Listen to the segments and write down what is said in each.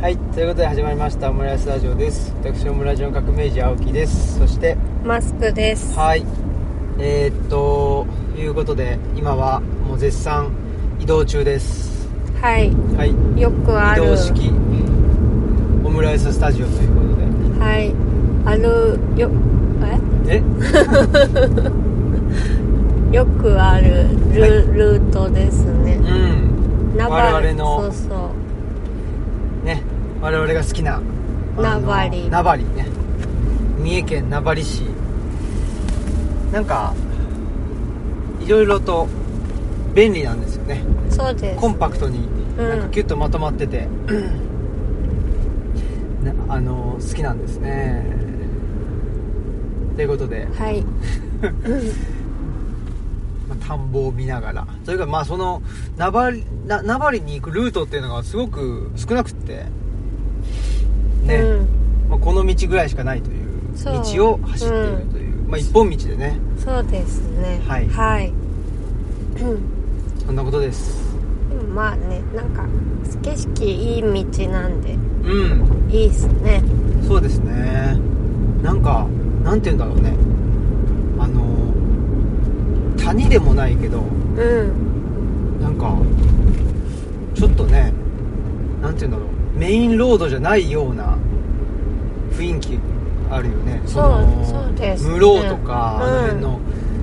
はい、ということで始まりましたオムライスラジオです。私オムラジオの革命児青木です。そしてマスクです。はい、えー、っということで今はもう絶賛移動中です。はい。はい、移よくある。動式オムライススタジオということはい。ある、よ、で、え、えよくあるル,、はいルートですね。うん、名我々のそうそね、我々が好きなあの名張名張ね、三重県名張市、なんかいろいろと便利なんですよね。う。そうです。コンパクトになんかキュッとまとまって て、なあの好きなんですねということで、はい。まあ、田んぼを見ながらというかまあその名張な名張に行くルートっていうのがすごく少なくってね、うん。まあ、この道ぐらいしかないというそう道を走っているという、まあ、一本道でねそうですね。はいはい。うんそんなことですでもまあね、なんか、景色いい道なんで、うんいいっすね。そうですねなんかなんて言うんだろうねあの谷でもないけどうん。なんかちょっとねなんて言うんだろうメインロードじゃないような雰囲気あるよねそうのそうですね室とか、うあんの辺の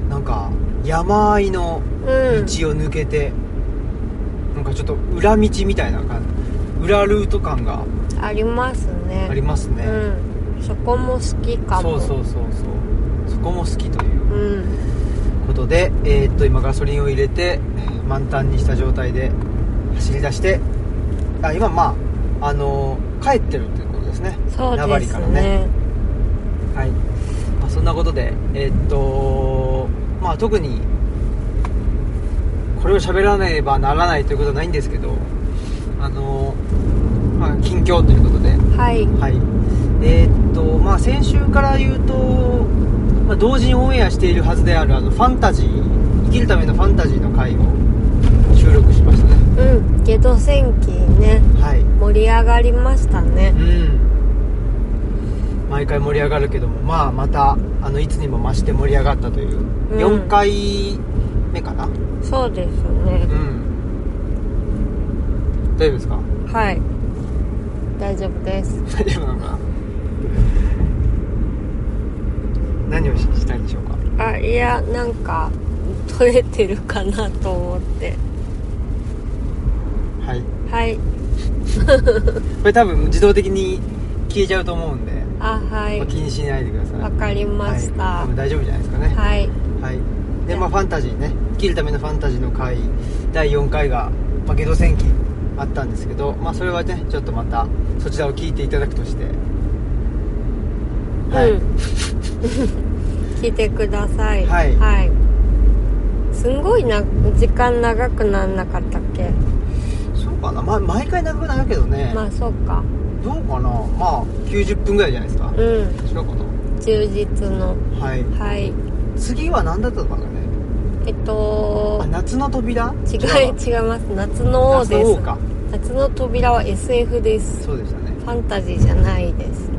なんか山あいのう道ん。を抜けて、なんかちょっと裏道みたいな感じ裏ルート感がありますね。ありますね、うん。そこも好きかそも。うそうそうそうそこも好きといううん。ことで、えーっと今ガソリンを入れて満タンにした状態で走り出してあ今まああのー帰ってるっていうことですねそう名で張すからねね。はい、まあ、そんなことでえーっとまあ特にこれを喋らねばならないということはないんですけどあのーまあ近況ということではい。はい、えーっとまあ先週から言うと、まあ、同時にオンエアしているはずであるあのファンタジー生きるためのファンタジーの回を収録しましたねうん、ゲド戦記ねはい盛り上がりましたねうん毎回盛り上がるけどもまあまたあのいつにも増して盛り上がったという、うん4回目かなうそうですねん大丈夫ですかはい大丈夫です大丈夫なのか な何をししたいんでしょうかあいやなんか取れてるかなと思ってはいはいこれ多分自動的に消えちゃうと思うんで、あはいまあ気にしないでくださいわかりましたはい、多分大丈夫じゃないですかねはいはい、でまあファンタジーね生きるためのファンタジーの回第4回が、まあ、ゲド戦記あったんですけどまあそれはねちょっとまたそちらを聞いていただくとしてはい、うん 聞いてくださいはいはいすんごいな時間長くなんなかったっけそうかな、まあ、毎回長くなるけどね、まあそうかどうかなまあ90分ぐらいじゃないですか、うん違うか充実のなはいはい次は何だったのかねえっとあ夏の扉う違い違います夏の王夏でのす王か夏の扉は SF ですそうでしたねファンタジーじゃないです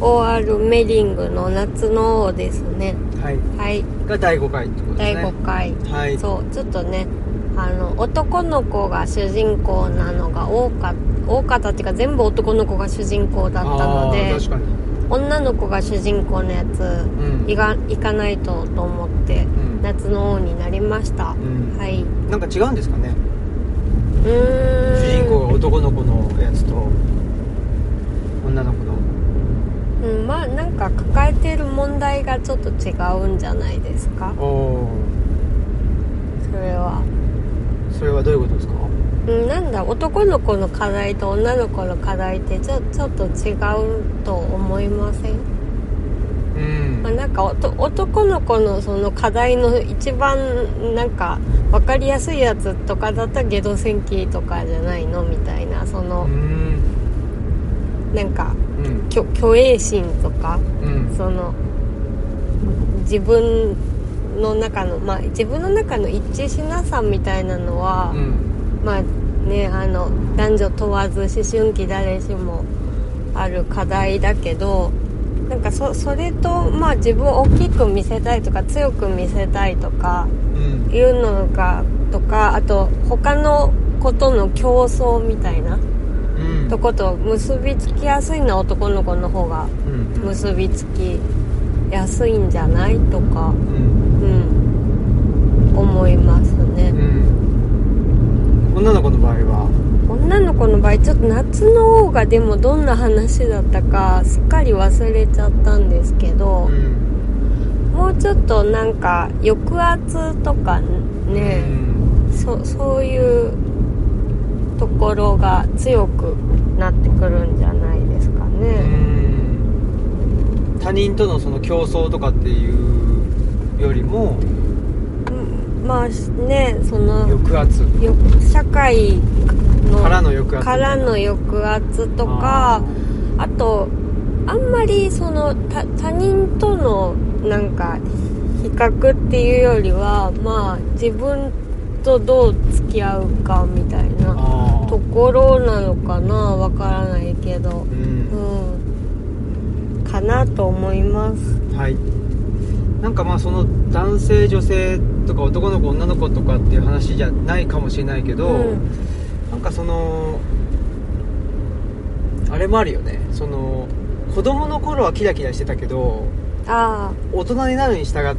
はい OR メリングの夏の王ですねはい、はいが第5回ってことです第ね5回、はいそうちょっとねあの男の子が主人公なのが多か多かったっていうか全部男の子が主人公だったのであー確かに女の子が主人公のやつうんいがいかないとと思ってうん夏の王になりました、んはいなんか違うんですかねうーん主人公が男の子のやつと女の子のうん、まあなんか抱えてる問題がちょっと違うんじゃないですかおーそれは、それはどういうことですかうん、なんだ男の子の課題と女の子の課題ってちょちょっと違うと思いません、うんまあ、なんかおと男の子のその課題の一番なんか分かりやすいやつとかだったらゲド戦記とかじゃないのみたいなそうのんなんかうん虚虚栄心とかうんその自分の中のまあ自分の中の一致しなさみたいなのはう、んまあねあの男女問わず思春期誰しもある課題だけどなんかそそれとまあ自分を大きく見せたいとか強く見せたいとかうんいうのがとかあと他のことの競争みたいなうんとこと結びつきやすいのは男の子の方がうん結びつきやすいんじゃないとか、うんうん、思いますねう。ん女の子の場合は女の子の場合ちょっと夏の王がでもどんな話だったかすっかり忘れちゃったんですけどう、んもうちょっとなんか抑圧とかね、そそういうところが強くなってくるんじゃないですかうね、ん他人とのその競争とかっていうよりもうんまあねその抑圧よ社会のからの抑圧からの抑圧とかあとあんまりその他他人とのなんか比較っていうよりはまあ自分とどう付き合うかみたいなあーところなのかなわからないけどううんんかなと思いますはいなんかまあその男性女性とか男の子女の子とかっていう話じゃないかもしれないけど、うんなんかそのあれもあるよねその子供の頃はキラキラしてたけどあ大人になるに従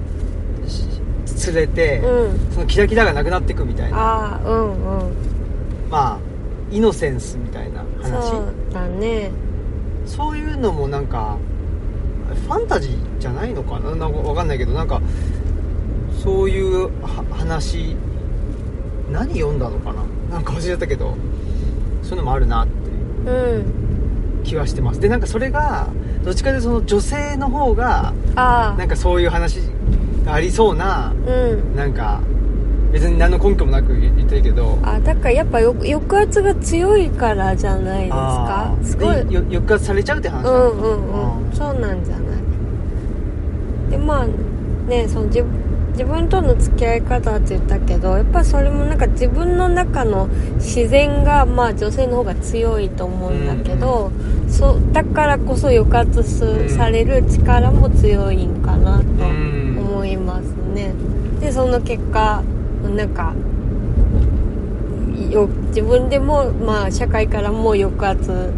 つれてあ、うんそのキラキラがなくなっていくみたいなああうんうんまあイノセンスみたいな話そうだねそういうのもなんかファンタジーじゃないのかななんかわかんないけどなんかそういうは話何読んだのかななんか忘れちゃったけどそういうのもあるなっていううん気はしてますでなんかそれがどっちかというとその女性の方があなんかそういう話がありそうなあうんなんか別に何の根拠もなく言ってるけどあだからやっぱよ抑圧が強いからじゃないですかーすごいでよ抑圧されちゃうって話うなのかんうなんうんそうなんじゃないでまあねその自自分との付き合い方って言ったけどやっぱそれもなんか自分の中の自然がまあ女性の方が強いと思うんだけど、そうだからこそ抑圧す、うんされる力も強いんかなとうん思いますねでその結果なんかよ自分でも、まあ、社会からも抑圧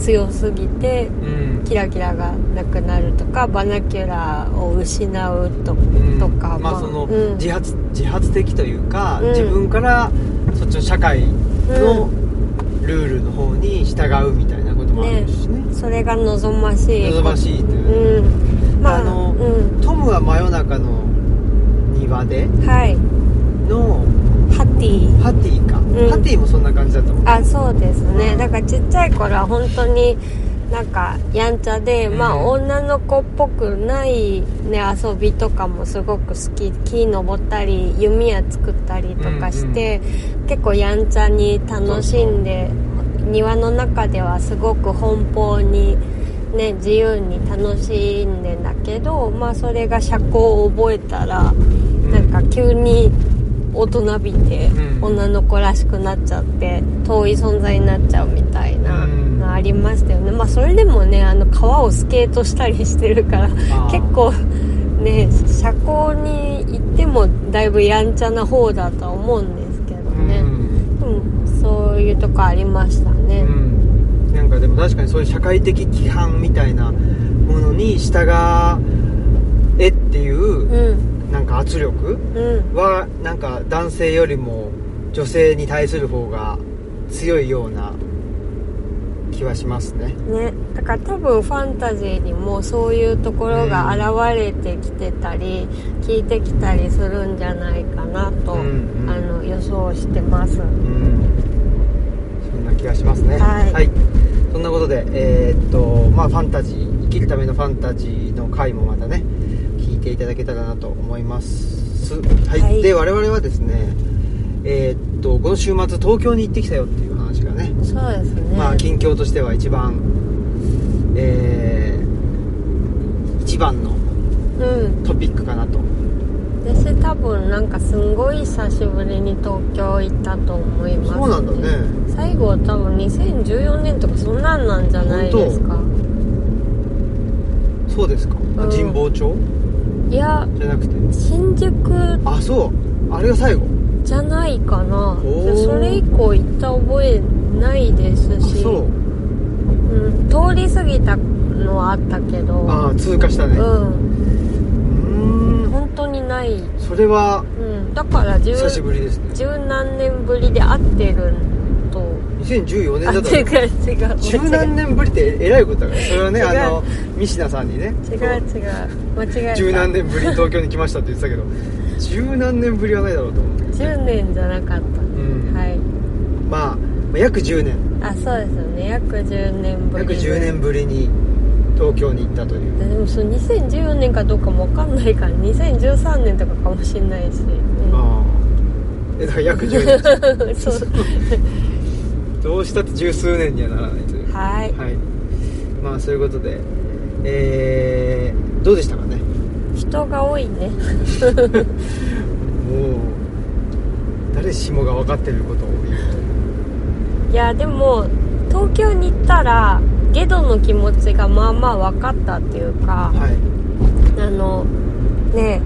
強すぎてうんキラキラがなくなるとかバナキュラを失うとうんとまかまああそのうん自発自発的というかうん自分からそっちの社会のうルールの方に従うみたいなこともあるしねそれが望ましい望ましいといううんまああのうんトムは真夜中の庭ではいのハティパティか、んパティもそんな感じだったもんあそうですうねんだからちっちゃい頃は本当になんかやんちゃで、まあうん女の子っぽくないね遊びとかもすごく好き木登ったり弓矢作ったりとかして、結構やんちゃに楽しんで庭の中ではすごく奔放に。ね、自由に楽しんでんだけど、まあ、それが社交を覚えたらなんか急に大人びてうん女の子らしくなっちゃって遠い存在になっちゃうみたいなうんのありましたよね、まあそれでもねあの川をスケートしたりしてるからー結構ね社交に行ってもだいぶやんちゃな方だとは思うんですけどうんね、でもそういうとこありましたね、うんなんかでも確かにそういう社会的規範みたいなものに従えっていううんなんか圧力うんはなんか男性よりも女性に対する方が強いような気はしますねね、だから多分ファンタジーにもそういうところが現れてきてたり、聞いてきたりするんじゃないかなと、うんうんあの予想してますうんそんな気がしますねはいそんなことでえーっとまあファンタジー生きるためのファンタジーの回もまたね聞いていただけたらなと思いますはい、はいで我々はですねえーっとこの週末東京に行ってきたよっていう話がねそうですね、まあ近況としては一番えー一番のうんトピックかなと私多多分なんかすんごい久しぶりに東京行ったと思います、そうなんだね最後多分2014年とかそんなんなんじゃないですかそうですか、あうん神保町いやじゃなくて新宿あそうあれが最後じゃないかなおーそれ以降行った覚えないですあしそううん、通り過ぎたのはあったけどああ通過したねうんうーん本当にない、それはうん、だから十久しぶりですね十何年ぶりで会ってると2014年あだと違う違う十何年ぶりってえらいことだからそれはね違うあの三品さんにね違う違う間違えた十何年ぶりに東京に来ましたって言ってたけど十何年ぶりはないだろうと思う10年じゃなかった、んはいまあまあ約10年あそうですよね約10年ぶり約で10年ぶりに東京に行ったというでもその2014年かどうかも分かんないから2013年とかかもしんないし、うんああえだから約10年 そうどうしたって十数年にはならないというはいはいまあそういうことでえー、どうでしたかね人が多いねもう誰しもが分かってることを言うといやでも東京に行ったらゲドの気持ちがまあまあ分かったっていうかはいあのね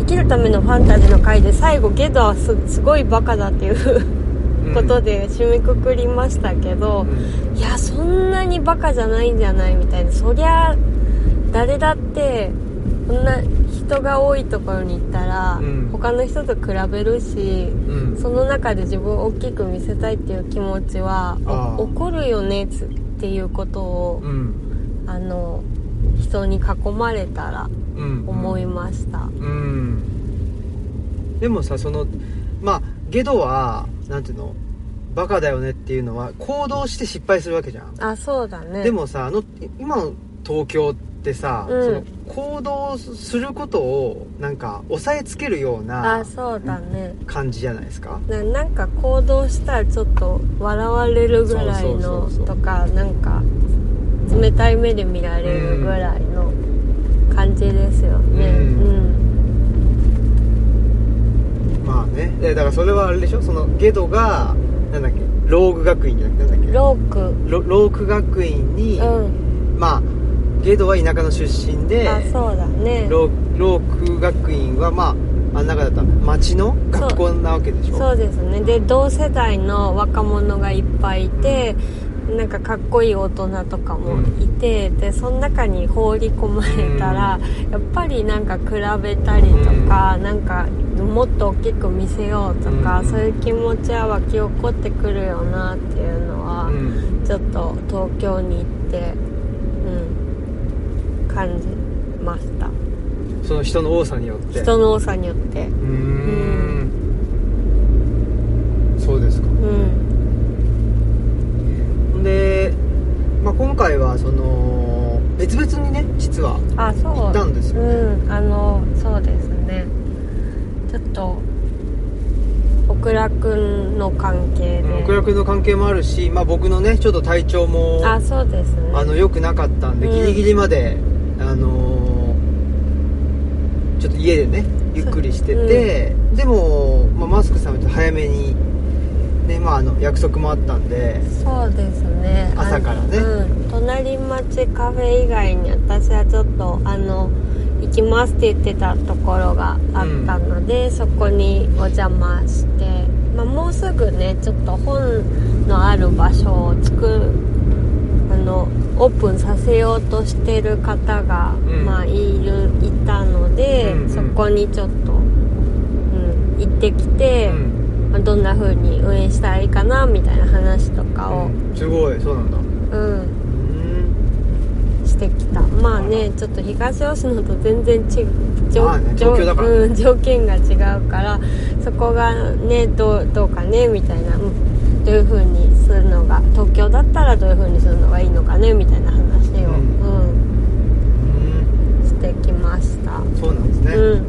生きるためのファンタジーの回で最後ゲドはすすごいバカだっていううんことで締めくくりましたけど、うんいやそんなにバカじゃないんじゃないみたいなそりゃ誰だってこんな人が多いところに行ったら、うん他の人と比べるしうんその中で自分を大きく見せたいっていう気持ちはあーお怒るよねつっていうことを、うんあの人に囲まれたらうん思いました、うんでもさそのまあゲドはなんていうのバカだよねっていうのは行動して失敗するわけじゃん、あそうだねでもさあの今の東京ってさ、うんその行動することをなんか抑えつけるようあなそうだね、感じじゃないですかななんか行動したらちょっと笑われるぐらいそうそのうそうそうとかなんか冷たい目で見られるぐらいの感じですよねううんん、まあねえだからそれはあれでしょそのゲドがなんだっけローグ学院じゃなくてなんだっけロロークローク学院に、うんまあゲドは田舎の出身であそうだねローローク学院はまああん中だったら町の学校なわけでしょそうですねで同世代の若者がいっぱいいて、なんかかっこいい大人とかもいて、でその中に放り込まれたら、やっぱりなんか比べたりとか、なんかもっと大きく見せようとか、うんそういう気持ちは湧き起こってくるよなっていうのは、うんちょっと東京に行って、うん、感じましたその人の多さによって人の多さによってうーんそうですかうんで、まあ、今回はその別々にね実はあそう行ったんですよねうんあのそうですねちょっと小倉くんの関係で、奥田君の関係もあるし、まあ、僕のねちょっと体調もあそうですねあの良くなかったんで、うんギリギリまであのーちょっと家でねゆっくりしてて、でも、まあ、マスクさんはちょっと早めに、ねまあ、あの約束もあったんでそうですねあの朝からねうん、隣町カフェ以外に私はちょっとあの行きますって言ってたところがあったので、そこにお邪魔して、まあ、もうすぐねちょっと本のある場所を作るあのオープンさせようとしてる方が、んまあ、いるいたので、うんうんそこにちょっと、うん、行ってきて。うんまあどんな風に運営したらいいかなみたいな話とかを、すごいそうなんだうん、うんしてきたまあねちょっと東吉野と全然ちまあね東京だからうん、条件が違うからそこがねどうどうかねみたいなうんどういう風にするのが東京だったらどういう風にするのがいいのかねみたいな話を、うんうんしてきました、そうなんですね、うん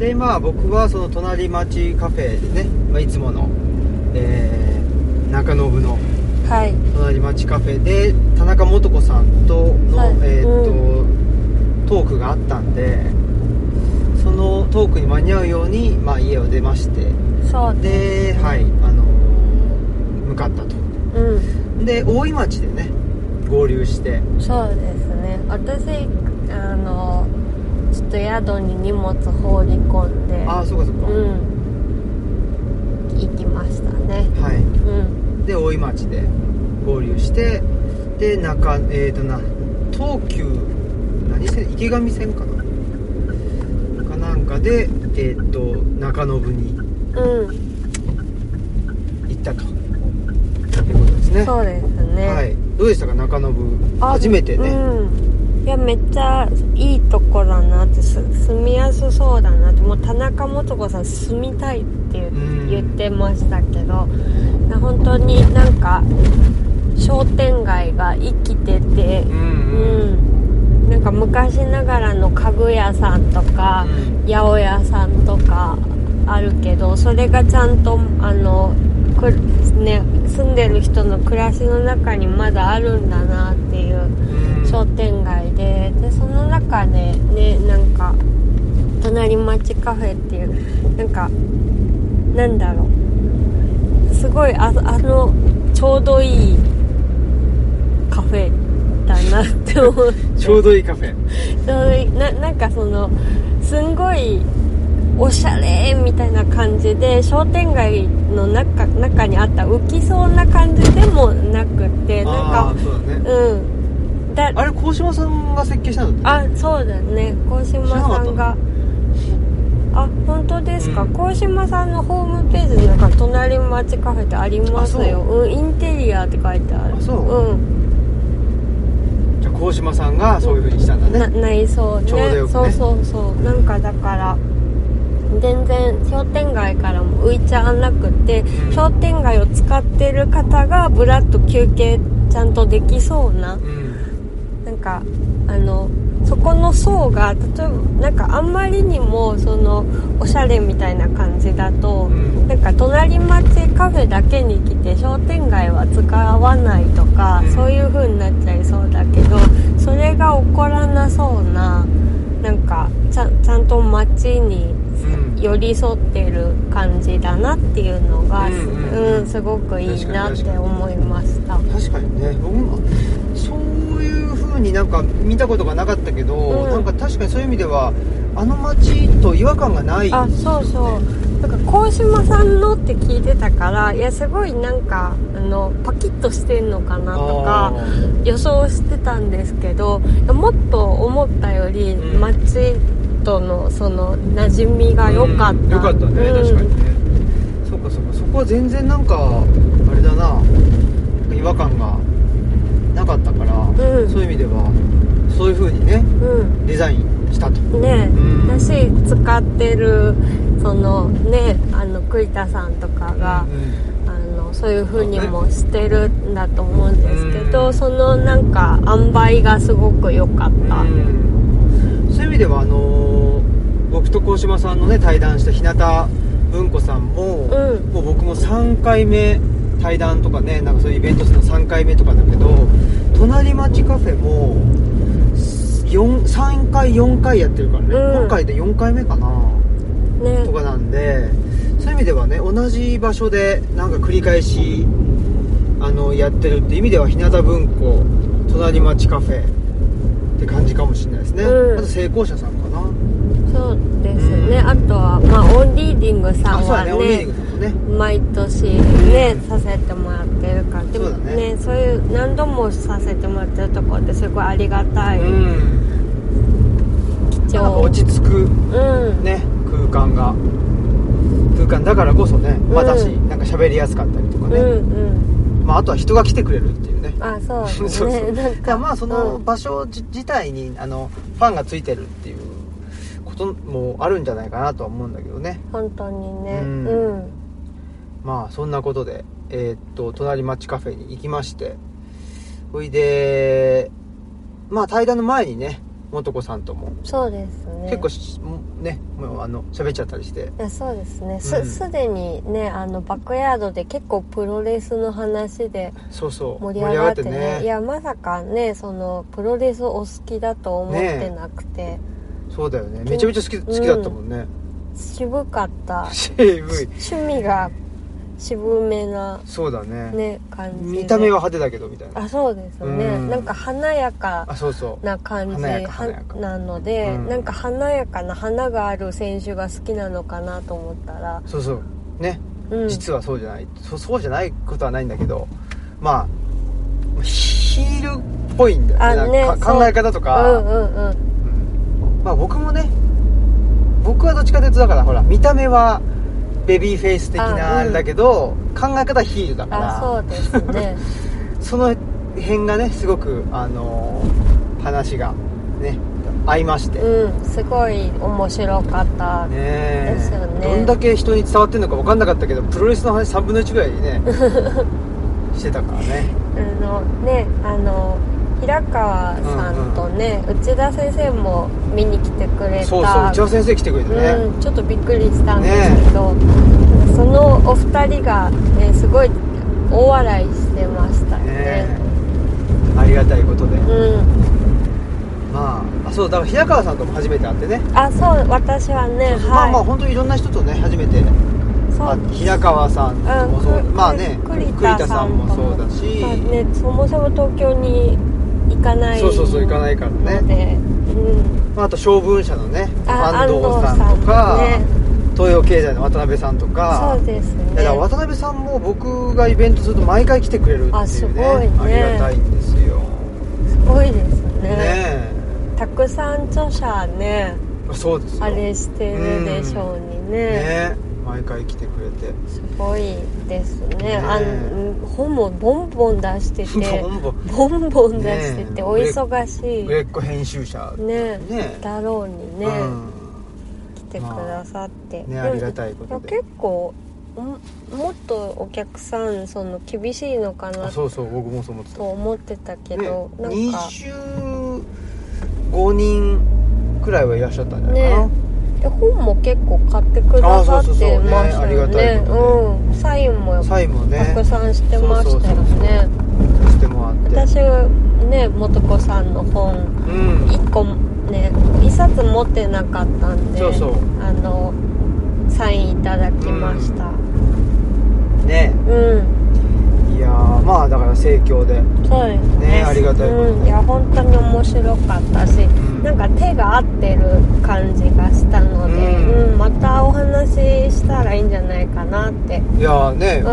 でまあ僕はその隣町カフェでね、まあ、いつもの、えー中延のはい隣町カフェで田中素子さんとの、はいえーっとうトークがあったんでトークに間に合うように、まあ、家を出ましてそうで、はいあの向かったとうんで大井町でね合流してそうですね私あのちょっと宿に荷物放り込んでああそうかそうか、うん行きましたねはいうんで大井町で合流してで中えー、とな東急何線池上線かなかなんかでえっ、と中延にうん行ったということですねそうですねはいどうでしたか中延あ初めてね、うんいやめっちゃいいとこだなってす住みやすそうだなってもう田中素子さん住みたいってん言ってましたけど、いや本当になんか商店街が生きててうんうんうんなんか昔ながらの家具屋さんとか、うん八百屋さんとかあるけどそれがちゃんとあのくね、住んでる人の暮らしの中にまだあるんだなっていううん商店街ででその中でねなんか隣町カフェっていうなんかなんだろうすごいああのちょうどいいカフェだなって思って。ちょうどいいカフェそう ななんかそのすんごいおしゃれみたいな感じで商店街の中中にあった浮きそうな感じでもなくてなあんあかそうだねうんだあれ鴻島さんが設計したんだっあそうだね鴻島さんがあ本当ですかうん鴻、島さんのホームページの中に隣町カフェ」ってありますよあう、ん、インテリアって書いてあるあそううんじゃあ鴻島さんがそういう風にしたんだねな内装ねちょうどよくねそうそうそうなんかだから全然商店街からも浮いちゃわなくて、うん商店街を使ってる方がぶらっと休憩ちゃんとできそうなうんなんかあのそこの層が例えばなんかあんまりにもそのおしゃれみたいな感じだと、うんなんか隣町カフェだけに来て商店街は使わないとか、うんそういう風になっちゃいそうだけどそれが起こらなそうななんかちゃんちゃんと街にうん寄り添ってる感じだなっていうのが、ううんんうんうんすごくいいなって思いました。確かにね僕もそういう風になんか見たことがなかったけど、うんなんか確かにそういう意味ではあの街と違和感がないあそうそうなんか鴻島さんのって聞いてたからいやすごいなんかあのパキッとしてんのかなとあかー予想してたんですけどいやもっと思ったよりうん街とのその馴染みが良かった、うん良かったね、確かにねそうかそうかそこは全然なんかあれだななんか違和感がなかったから、んそういう意味ではそういう風にねうんデザインしたとうんねうんだし使ってるそのねあの栗田さんとかが、うんあのそういう風にもしてるんだと思うんですけど、うんそのなんか塩梅がすごく良かった、うんそういう意味ではあのー僕と鴻島さんのね対談した日向文子さんも、うんもう僕も3回目対談とかねなんかそういうイベントするの3回目とかだけど隣町カフェも3回4回やってるからね、うん今回で4回目かなねとかなんでそういう意味ではね同じ場所でなんか繰り返しあのやってるって意味では日向文庫隣町カフェって感じかもしれないですね、うんあと成功者さんかなそうですね、うんあとはまあオンリーディングさあんそうだはねオンリーディねングさんもね毎年ねうんさせてもらってるからでもそうだねねそういう何度もさせてもらってるところってすごいありがたい、うん貴なんか重落ち着くうん、ね空間が空間だからこそねんまだし、なんか喋りやすかったりとかうね、んうんまあ、あとは人が来てくれるっていうねあそ うそうですそうねなんだからかまあそのうん場所じ自体にあのファンがついてるっていうこともあるんじゃないかなとは思うんだけどね本当にねううんん、まあそんなことでえーっと隣町カフェに行きましてほいでまあ対談の前にね素子さんともそうですね結構しもねもうあの喋っちゃったりしていやそうですねうんすすで、にねあのバックヤードで結構プロレスの話でそうそう盛り上がってね盛り上いやまさかねそのプロレスお好きだと思ってなくて、そうだよねめちゃめちゃ好き,、好きだったもんね渋かった渋い趣味が渋めなそうだねね感じで見た目は派手だけどみたいなあそうですね、うんなんか華やかあそうそうな感じ華やか華やかなので、うんなんか華やかな花がある選手が好きなのかなと思ったら、そうそうね、うん、実はそうじゃないそそうじゃないことはないんだけどまあヒールっぽいんだあよねなんねかかそう考え方とか、うんうんうんうんまあ僕もね僕はどっちかというとだからほら見た目はベビーフェイス的あなあれだけど、考え方はヒールだかあらそうです ねその辺がねすごくあのー話がね合いまして、ねうんすごい面白かった、えですよねどんだけ人に伝わってるのか分かんなかったけどプロレスの話3分の1ぐらいに ねしてたからねあのねあの平川さんとね、内田先生も見に来てくれたそうそう内田先生来てくれてね、うん、ちょっとびっくりしたんですけど、そのお二人が、ね、すごい大笑いしてましたよねねえありがたいことで、うんまああそうだから平川さんとも初めて会ってねあそう私はねはいまあまあ本当にいろんな人とね初めてあそう平川さんもそう、うんくまあね栗田栗田さんもそうだし、まあね、そもそも東京に行かないそうそうそう行かないからねので、うん、まあ、あと将軍社のねあ安藤さんとか安藤さんね東洋経済の渡辺さんとかそうですねいやだから渡辺さんも僕がイベントすると毎回来てくれるっていうねあすごいねありがたいんですよすごいですねねたくさん著者ねえそうですよあれしてるでしょうにねね、え毎回来てくれてすごいですねねあの本もボンボン出しててボンボンボンボン出してて、ねお忙しい売れっ子編集者ねねだろうにね、うん来てくださって、ねありがたいこといやで結構んもっとお客さんその厳しいのかあなそうそう僕もそう思ってたと思ってたけねど、なんか25人くらいはいらっしゃったんじゃないかな、ねで本も結構買ってくださっあそうそうてそうねましたよありがたいねこうんサインもやっぱサインもたねくさんしてましたよそうそうねしてもらって私ね元子さんの本うん1個ね1冊持ってなかったんでそうそうあのサインいただきましたねうん、いやーまあだから盛況でそうですねねありがたいことうん、いや本当に面白かったしんなんか手が合ってる感じがしたので、うんうんまたお話ししたらいいんじゃないかなっていやーね、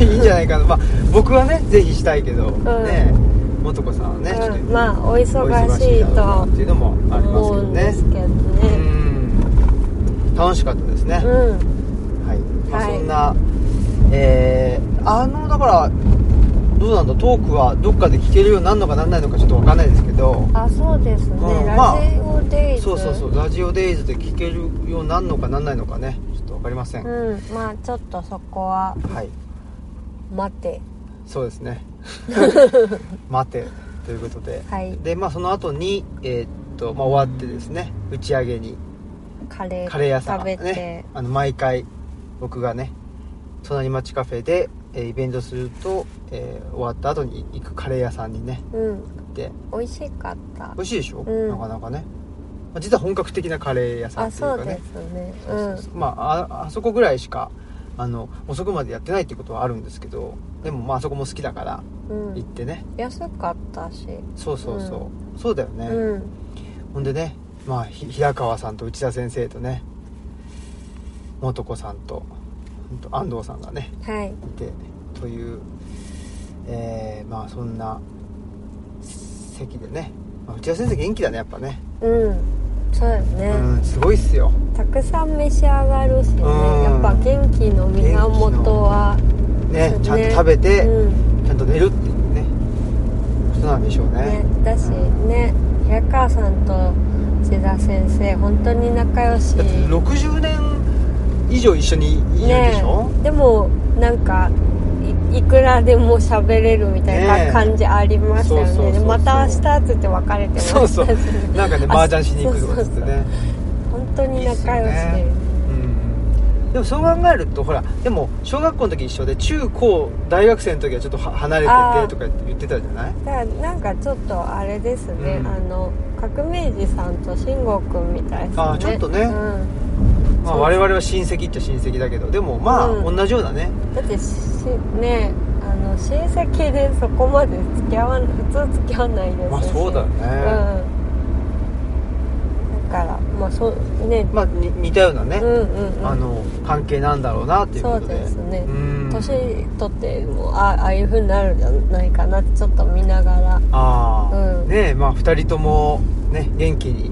いいんじゃないかなまあ僕はねぜひしたいけど、ねもとこさんはね、ちょっとうん、まあおお忙しいだろうとなはっていうのもあります思けどうんねですけどうねん楽しかったですね、うん、はい、まあ、はいそんな、えーあのだからどうなんだトークはどっかで聞けるようになるのかなんないのかちょっとわかんないですけどあそうですね、うんまあラジオデイズそうそうそうラジオデイズで聞けるようになるのかなんないのかねちょっとわかりません、うんまあちょっとそこははい待てそうです ね待てということで、はいでまあその後にえーっと、まあ、終わってですね打ち上げにカレーカレー屋さん食べて、ね、あの毎回僕がね隣町カフェで、えーイベントすると、えー終わった後に行くカレー屋さんにねうん行って美味しかった美味しいでしょ、うんなかなかね、まあ、実は本格的なカレー屋さんあっていうそうかでねすねそうそうそうまあああそこぐらいしかあの遅くまでやってないってことはあるんですけどでもまああそこも好きだからうん、う行っん、てね、安かったし、そうそうそう、そうだよね、うんほんでねまあひ平川さんと内田先生とね素子さんとほんと安藤さんがねはいいてという、えーまあそんな席でね、まあ、内田先生元気だねやっぱねうんそうよね、うんすごいっすよたくさん召し上がるしね、うんやっぱ元気の源はねねちゃんと食べて、うんちゃんと寝るっていうねことなんでしょうねね、だしね平川さんと千田先生本当に仲良しだって60年以上一緒にいるでしょ、でもなんかいいくらでも喋れるみたいねな感じありましたよそうそうそうねそうでまた明日っつって別れてましたしそうそうなんかねあ麻雀しに行くとかっつってねそうそう 本当に仲いい良しっすよねうんでもそう考えるとほらでも小学校の時一緒で中高大学生の時はちょっとは離れててとか言ってたじゃないだからなんかちょっとあれですね、うんあの革命児さんと慎吾君みたいですねあーちょっとねうんまあ、そう我々は親戚っちゃ親戚だけどでもまあ、うん同じようなねだってしねあの親戚でそこまで付き合わん普通付き合わないですしまあそうだよねうんだからまあそうね、まあに似たようなね、うんうんうんあの関係なんだろうなっていうことでそうですねうん年取ってもあああいう風になるんじゃないかなってちょっと見ながらああ、うんねえまあ2人ともね元気に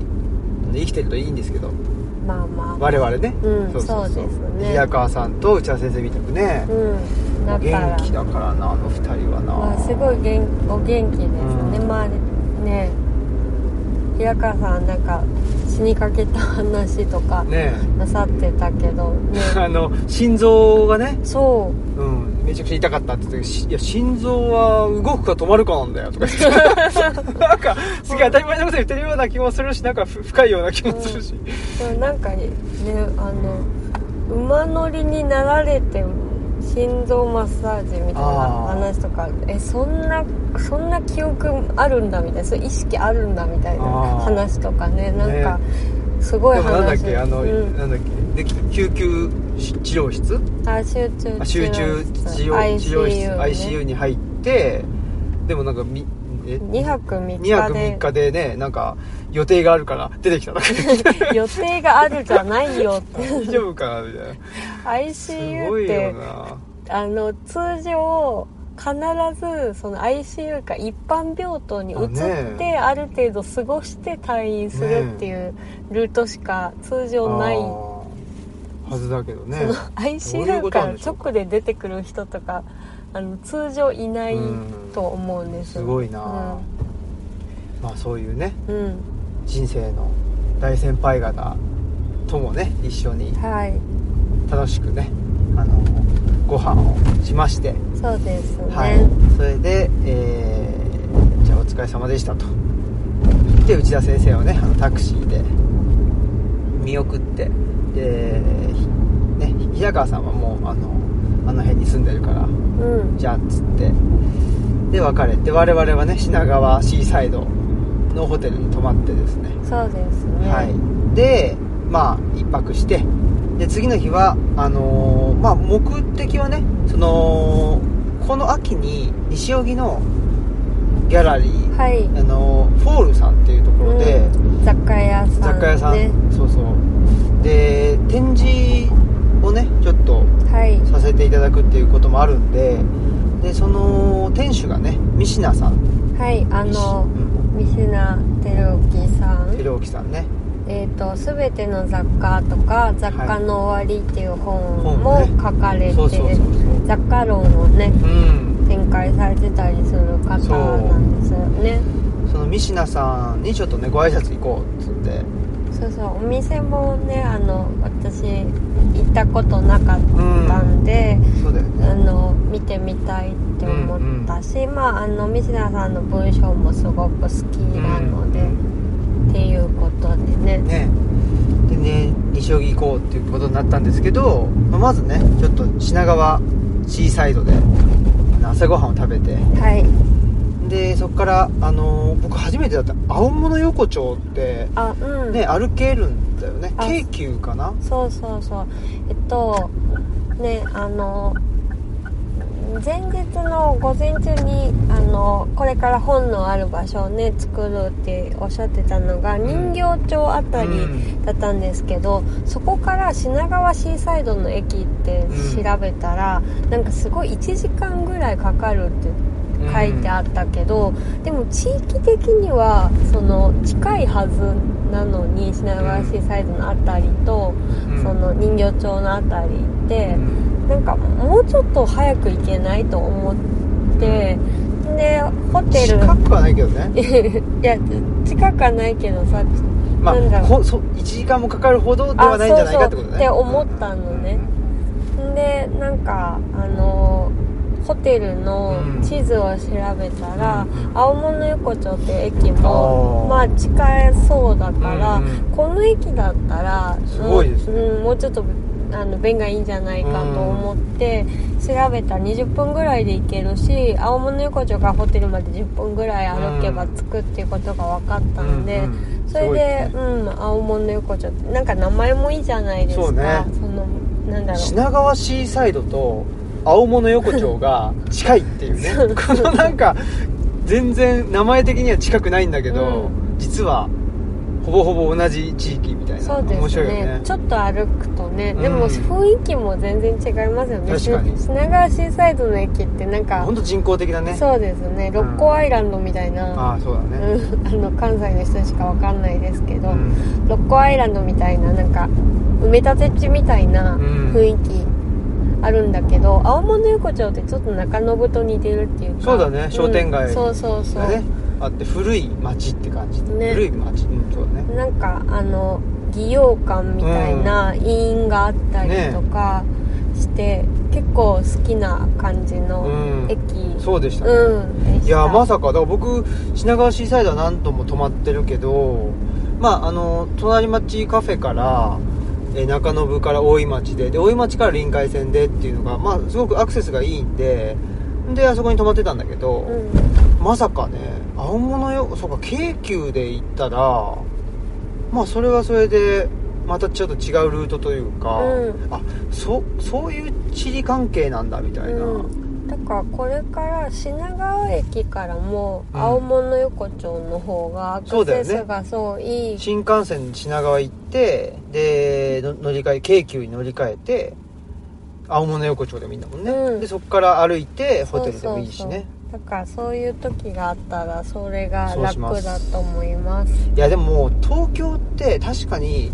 生きてるといいんですけどまあまあ我々ね、うんそうですね平川さんと内田先生みたくね、うんだか元ら気だからなあの2人はな、まあ、すごい元お元気ですね、うんまあね平川さんなんか死にかけた話とかねなさってたけど ねえあの心臓がね、そうん、めちゃくちゃ痛かったって言ってしいや心臓は動くか止まるかなんだよ」 とか言ってなんかすげえ当たり前のこと言ってるような気もするしなんかふ深いような気もするし、うでもなんかねあの馬乗りになられて心臓マッサージみたいなあー話とかえそんなそんな記憶あるんだみたいなそういう意識あるんだみたいなあー話とかねなんかねすごいでも話なんだっけあの、うんなんだっけで救急し治療室あ集中あ集中治療治療室 ICU に入ってでもなんかみえ2泊3 2日泊3で日でねなんか予定があるから出てきたとか言って予定があるじ ゃないよって大丈夫かなみたいなすご ICU っいよてなあの通常必ずその ICU か一般病棟に移あっねてある程度過ごして退院するっていうルートしか通常ない、あーはずだけどねそのどういうこ ICU とかなんらでしょう直で出てくる人とかあの通常いないうんと思うんですすよごいな、まあそういうねうん、うん人生の大先輩方ともね一緒にはい楽しくねあのご飯をしましてそうですね、はい、それで、えーじゃあお疲れ様でしたとで内田先生をねあのタクシーで見送ってで、ひね、平川さんはもうあのあの辺に住んでるからうんじゃあっつってで別れて我々はね品川シーサイドのホテルに泊まってですねそうですねはい、でまあ一泊してで次の日はあのーまあ、目的はねそのこの秋に西荻のギャラリー、はいあのーフォールさんっていうところで、うん雑貨屋さん、ね、雑貨屋さん、そうそうで展示をねちょっとはいさせていただくっていうこともあるんででその店主がね三品さんはいあのうん三品照之さん寺沖さんねえっ、と「すべての雑貨」とか「雑貨の終わり」っていう本はもい本ね書かれて、そうそうそうそう雑貨論をねうん展開されてたりする方なんですよねその三品さんにちょっとねご挨拶行こうっつってそうそうお店もねあの私行ったことなかったんで、そうだよねあの見てみたいって思ったし、まああの三品さんの文章もすごく好きなので、っていうことでねねでね西荻行こうっていうことになったんですけど、まあまずねちょっと品川シーサイドであの朝ごはんを食べてはいでそこから、あのー僕初めてだった青物横丁ってあうん、ね歩けるんだよねあ京急かなそうそうそうえっとねあの前日の午前中にあのこれから本のある場所をね作るっておっしゃってたのが人形町あたりうんだったんですけど、そこから品川シーサイドの駅ってうん調べたら、なんかすごい1時間ぐらいかかるって書いてあったけど、でも地域的にはその近いはずなのに品川シーサイドのあたりと、うんその人形町のあたりってう、んなんかもうちょっと早く行けないと思ってでホテル近くはないけどね いや近くはないけどさまなんだあろうほそ1時間もかかるほどではないんじゃないかってことねあそうそうって思ったのねでなんかあのホテルの地図を調べたら、う青物横丁って駅もあーまあ近そうだから、うんうんこの駅だったらすごいですねうん、もうちょっとあの便がいいんじゃないかと思って調べたら20分ぐらいで行けるし青物横丁からホテルまで10分ぐらい歩けば着くっていうことが分かったんで、うんうんそれで、うん青物横丁ってなんか名前もいいじゃないですかそうねそのなんだろう品川シーサイドと青物横丁 が近いっていうねこのなんか全然名前的には近くないんだけど、う実はほぼほぼ同じ地域みたいなそうですね面白いよねちょっと歩くとね、うんでも雰囲気も全然違いますよね確かにし品川シーサイドの駅ってなんか本当人工的だねそうですね六甲アイランドみたいな、ああそうだうね、ん、あの関西の人しかわかんないですけど、うん六甲アイランドみたいななんか埋め立て地みたいなうん雰囲気あるんだけど、青物横丁ってちょっと中延と似てるっていうかそうだね商店街そうそうそう、がねあって古い町って感じ、ね古い町うんそうだねなんかあの義勇館みたいな委員があったりとかして、結構好きな感じのうん駅そうでしたね、うん、でしたいやまさかだから僕品川シーサイドは何度も泊まってるけどまああの隣町カフェからえー中延から大井町でで大井町から臨海線でっていうのが、まあ、すごくアクセスがいいんでであそこに泊まってたんだけど、うんまさかね青物よそうか京急で行ったらまあそれはそれでまたちょっと違うルートというか、うんあそそういう地理関係なんだみたいな、うん、だからこれから品川駅からもうん青物横丁の方がアそうクだセよねスがそういい新幹線品川行ってでの乗り換え京急に乗り換えて青物横丁でもいいんだもんね、うんでそこから歩いてそホうテルでもいいしねそうそうだからそういう時があったらそれがそうしま楽すだと思いますいやでももう東京って確かに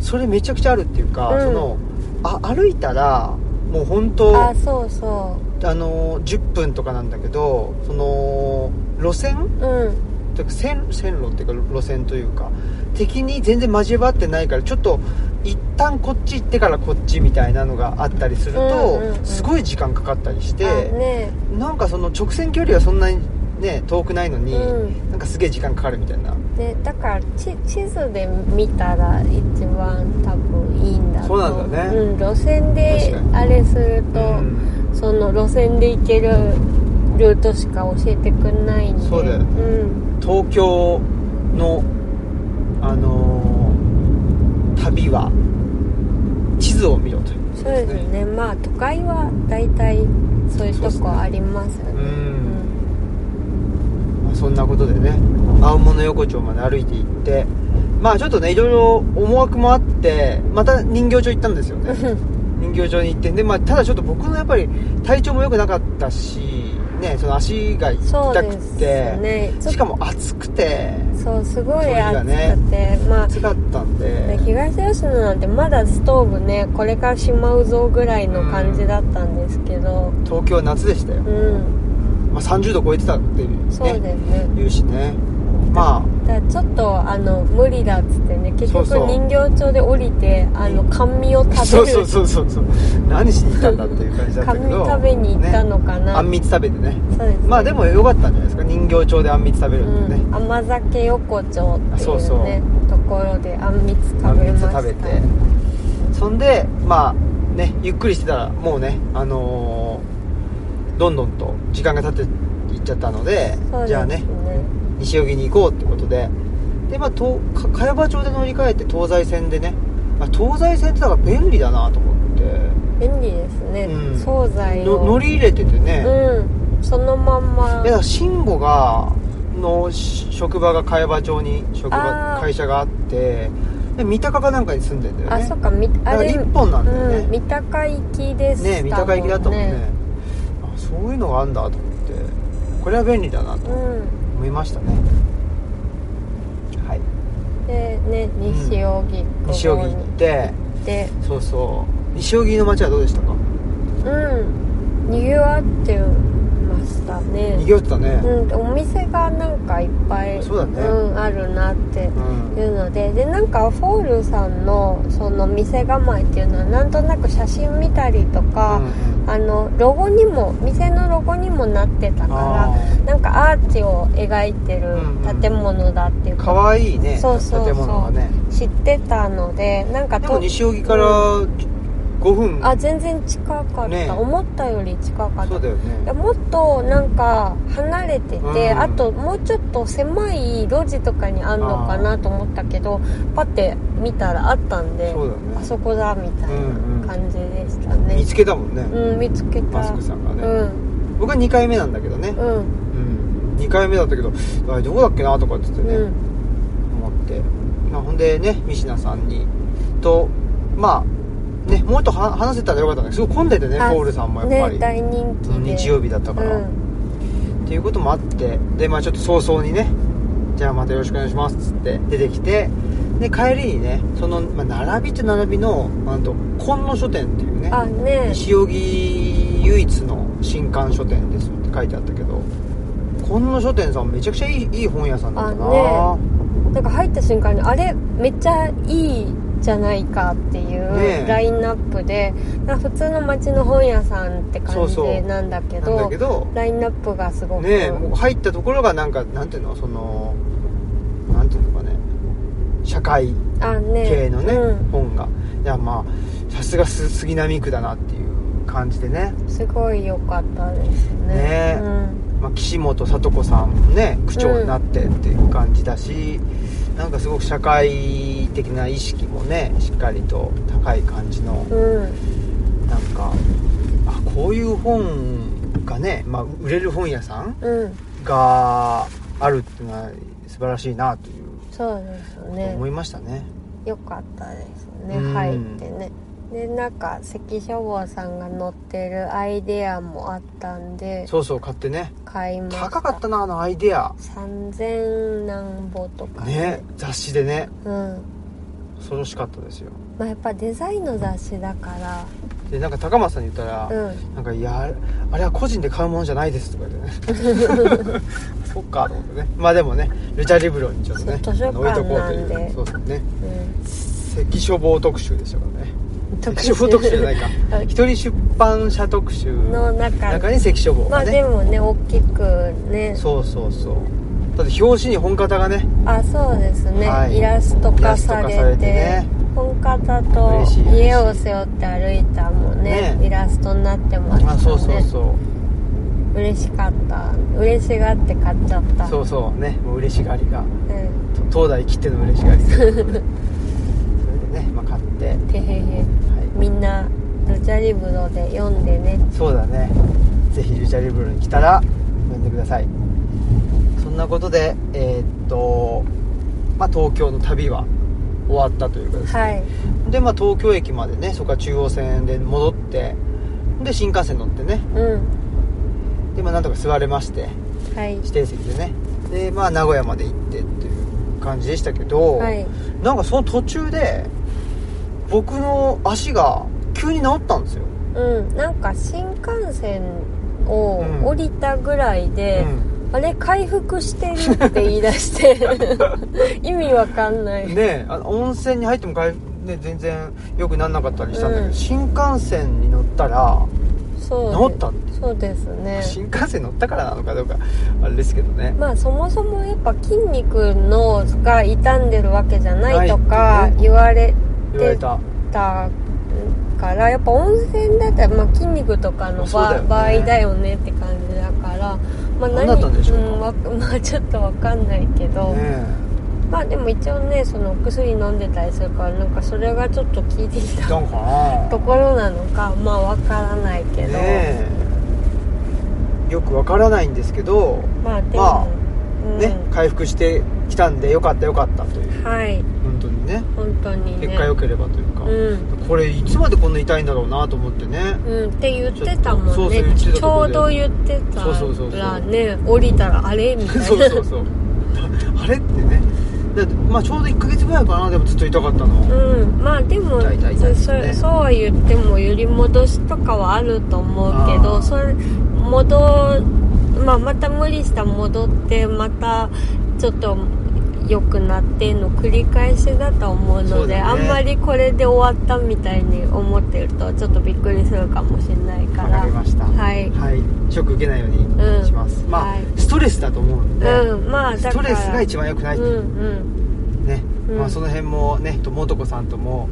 それめちゃくちゃあるっていうか、うんそのあ歩いたらもう本当あそうそあのー10分とかなんだけどその路線ううんというか線線路っていうか路線というか敵に全然交わってないからちょっと一旦こっち行ってからこっちみたいなのがあったりすると、うんうんうんすごい時間かかったりしあて、ねなんかその直線距離はそんなにね遠くないのに、うなんかすげえ時間かかるみたいなでだからち地図で見たら一番多分いいんだとそうなんだねうん、路線で確かにあれすると、うんその路線で行けるルートしか教えてくんないんでそうだよねん、東京のあのー旅は地図を見ろというそうですねまあ都会は大体そういうとこありますよねそうっすねまあ、そんなことでね青物横丁まで歩いて行ってまあちょっとねいろいろ思惑もあってまた人形町行ったんですよね人形町に行ってで、まあ、ただちょっと僕のやっぱり体調も良くなかったし、ね、その足がうんそう痛でくすて、ねしかも暑くてそうすごそういだ暑くて、ねまあ暑かったんで東吉野なんてまだストーブねこれからしまうぞぐらいの感じだったんですけど東京は夏でしたよ、うん、まあ、30度超えてたっていう,、ねそうですね言うしねまあだからちょっとあの無理だっつってね結局そうそう人形町で降りてあの甘味を食べるそうそうそうそうそう何しに行ったんだっていう感じだった甘け ど味食べに行ったのかね、な、あんみつ食べてねそうですねまあでも良かったんじゃないですか人形町であんみつ食べるんでね、うん、甘酒横丁っていうねあそうそうところであんみつあ食んべみまつした食べてそんでまあねゆっくりしてたらもうねあのーどんどんと時間が経っていっちゃったのでそうですねじゃあね西荻に行こうってことででまあとか茅場町で乗り換えて東西線でね、まあ、東西線ってだから便利だなと思って便利ですね、うん惣菜をの乗り入れててね、うんそのまんまいやだから慎吾がのし職場が茅場町に職あ場ー会社があってで三鷹かなんかに住んでんだよねあそっかみだあかられ一本なんだよね、うん、三鷹行きでしたね三鷹行きだったもんねねあそういうのがあんだと思ってこれは便利だなとう思いましたね、はいんでね西荻西荻に行ってでそうそう西荻の街はどうでしたかうんにぎわってましたね賑わってたねうん、お店がなんかいっぱいそうだねん、あるなってうん、いうのででなんかフォールさんのその店構えっていうのはなんとなく写真見たりとうか、んあのロゴにも店のロゴにもなってたあからなんかアーチを描いてる建物だっていうーか、かわいいねそうそうそう建物がね知ってたのでなんかでもと西荻から5分あ全然近かった、ね思ったより近かっそうだたよねもっとなんか離れてて、うんあともうちょっと狭い路地とかにあんのかなと思ったけどパッて見たらあったんでそうだねあそこだみたいうんうんな感じでしたね、見つけたもんね、うん見つけたマスクさんがね、うん僕は2回目なんだけどね、うんうん、2回目だったけどあれどこだっけなとかって言ってね、うん思って、まあ、ほんでね三品さんにとまあねもうちょっとは話せたらよかったんだけどすごい混んでてねあポールさんもやっぱり、ね大人気で日曜日だったから、うっんていうこともあってでまあちょっと早々にねじゃあまたよろしくお願いしますっつって出てきてで帰りにねその、まあ、並びって並びのあの紺野書店っていうねあね西荻唯一の新刊書店ですって書いてあったけど紺野書店さんめちゃくちゃいいいい本屋さんだったなあなんか入った瞬間にあれめっちゃいいじゃないかっていねえうラインナップで、なんか普通の街の本屋さんってそ感うそうじなんだなけんどだけどラインナップがすごく、ねえもう入ったところがなんかなんていうのそのなんていうのかね社会あね系えのね、う本がいやまあさすがす杉並区だなっていう感じでね、ん、すごい良かったですねねえうん、まあ、岸本聡子さんもね区長になってっていう感じだし、なんかすごく社会的な意識もねしっかりと高い感じのうん、なんかあこういう本がね、まあ、売れる本屋さんうん、があるっていうのは素晴らしいなというそうですよね思いましたね良かったですねうん入ってねでなんか関書房さんが載ってるアイデアもあったんでそうそう買ってね買いました高かったなあのアイデア3000何ぼとかね雑誌でねうん恐ろしかったですよまあやっぱデザインの雑誌だかでなんか高松さんに言ったら、らうんなんかいやあれは個人で買うものじゃないですとか言ってね そっかと思ってねまあでもねルチャリブロにちょっとねそう図書あの置いとこうとい館なんうでそうそうねう関書房特集でしたからねん関書房特集じゃないかあ一人出版社特集のの中中に関書房まがあでね、もね大きくねそうそうそうだって表紙に本型がねあそうですね、はいイラストイラ化スト化されてされてね本方嬉としい嬉しい家を背負って歩いたもねねイラストになってますあそうそうそう嬉しかった嬉しがって買っちゃったそうそうねもう嬉しがりがうんと東大切っての嬉しが りそれでね、まあ、買って、はてへへい、みんなルチャリブロで読んでねそうだねぜひルチャリブロに来たら読んでくださいそんなことでえーっと、まあ、東京の旅は終わったというかですね、はいで、まあ、東京駅までねそこから中央線で戻ってで新幹線乗ってねうんで、まあ、なんとか座れましてはい指定席でねでまあ名古屋まで行ってっていう感じでしたけど、はいなんかその途中で僕の足が急に治ったんですよ、うんなんか新幹線をうん降りたぐらいで、うあれ回復してるって言い出して 意味わかんない、ん、であの温泉に入ってもかい、ね、全然良くならなかったりしたんだけど、うん新幹線に乗ったらそう治ったってそうですね新幹線乗ったからなのかどうかあれですけどねまあそもそもやっぱ筋肉のが傷んでるわけじゃないとないかってね言われ言われたたからやっぱ温泉だったら、まあ、筋肉とかのそうだば、よね場合だよねって感じだから、まあ、何だったんでしょうかんわ まあちょっとわかんないけど、ねまあでも一応ねそのお薬飲んでたりするからなんかそれがちょっと効いてきえたどんかなところなのかまあわからないけど、ねえよくわからないんですけど、まあでも、まあうんね回復してきたんでよかったよかったというはい本当にね本当にね結果良ければというか、うんこれいつまでこんな痛いんだろうなと思ってねうん、って言ってたもんねそうそう言ってたとちこょろうでど言ってたそうそうそうそうらね降りたらあれ みたいなそうそうそうあれってねだってまあちょうど1ヶ月前かなでもずっと痛かったの、うんまあでも、痛い痛い痛いそねそうは言っても揺り戻しとかはあると思うけあーどそれ戻、まあ、また無理したら戻ってまたちょっと良くなっての繰り返しだと思うそうのでだねあんまりこれで終わったみたいに思ってるとちょっとびっくりするかもしれないかわらかりましたはいショック受けないようにします、うんまあ、はいストレスだと思うので、うんまあスだトからレスが一番良くない、うんうんねうんまあ、その辺もねともとこさんとも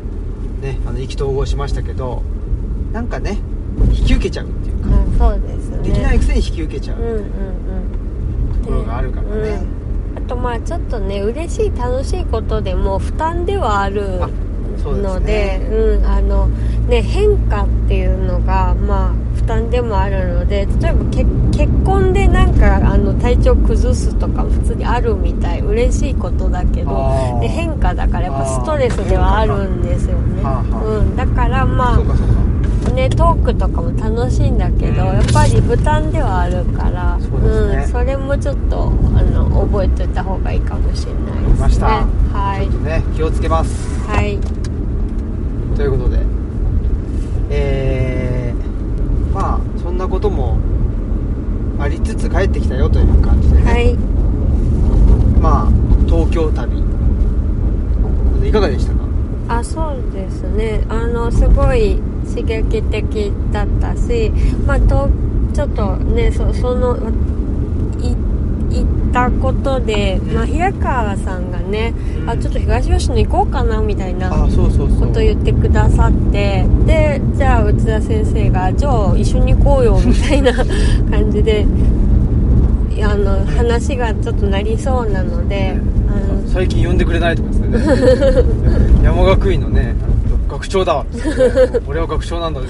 ねあの意気投合しましたけどなんかね引き受けちゃうっていうか、うん、そうですねできないくせに引き受けちゃうんううんうんところがあるからね、うんあとまあちょっとね嬉しい楽しいことでも負担ではあるあそうですのでねうんあのね変化っていうのがまあ負担でもあるので例えばけ結婚でなんかあの体調崩すとか普通にあるみたい嬉しいことだけどあーで変化だからやっぱストレスあーではあるんですよね、はあはあうん、だからまそうかそうかあねトークとかも楽しいんだけど、うんやっぱり負担ではあるからそうですねん、それもちょっとあの覚えといた方がいいかもしれないですねりましたはちょっといね気をつけますはいということでえー、まあそんなこともありつつ帰ってきたよという感じでね、はいまあ東京旅いかがでしたかあそうですねあのすごい刺激的だったしまあとちょっとねそそのい行ったことで、まあ、平川さんがね、うんあちょっと東吉野行こうかなみたいなあそうそうそうこと言ってくださってでじゃあ内田先生が「じゃあ一緒に行こうよ」みた いな感じでいやあの話がちょっとなりそうなのであの最近呼んでくれないとかですね 山学院のね学長だわって言って俺は学長なんだって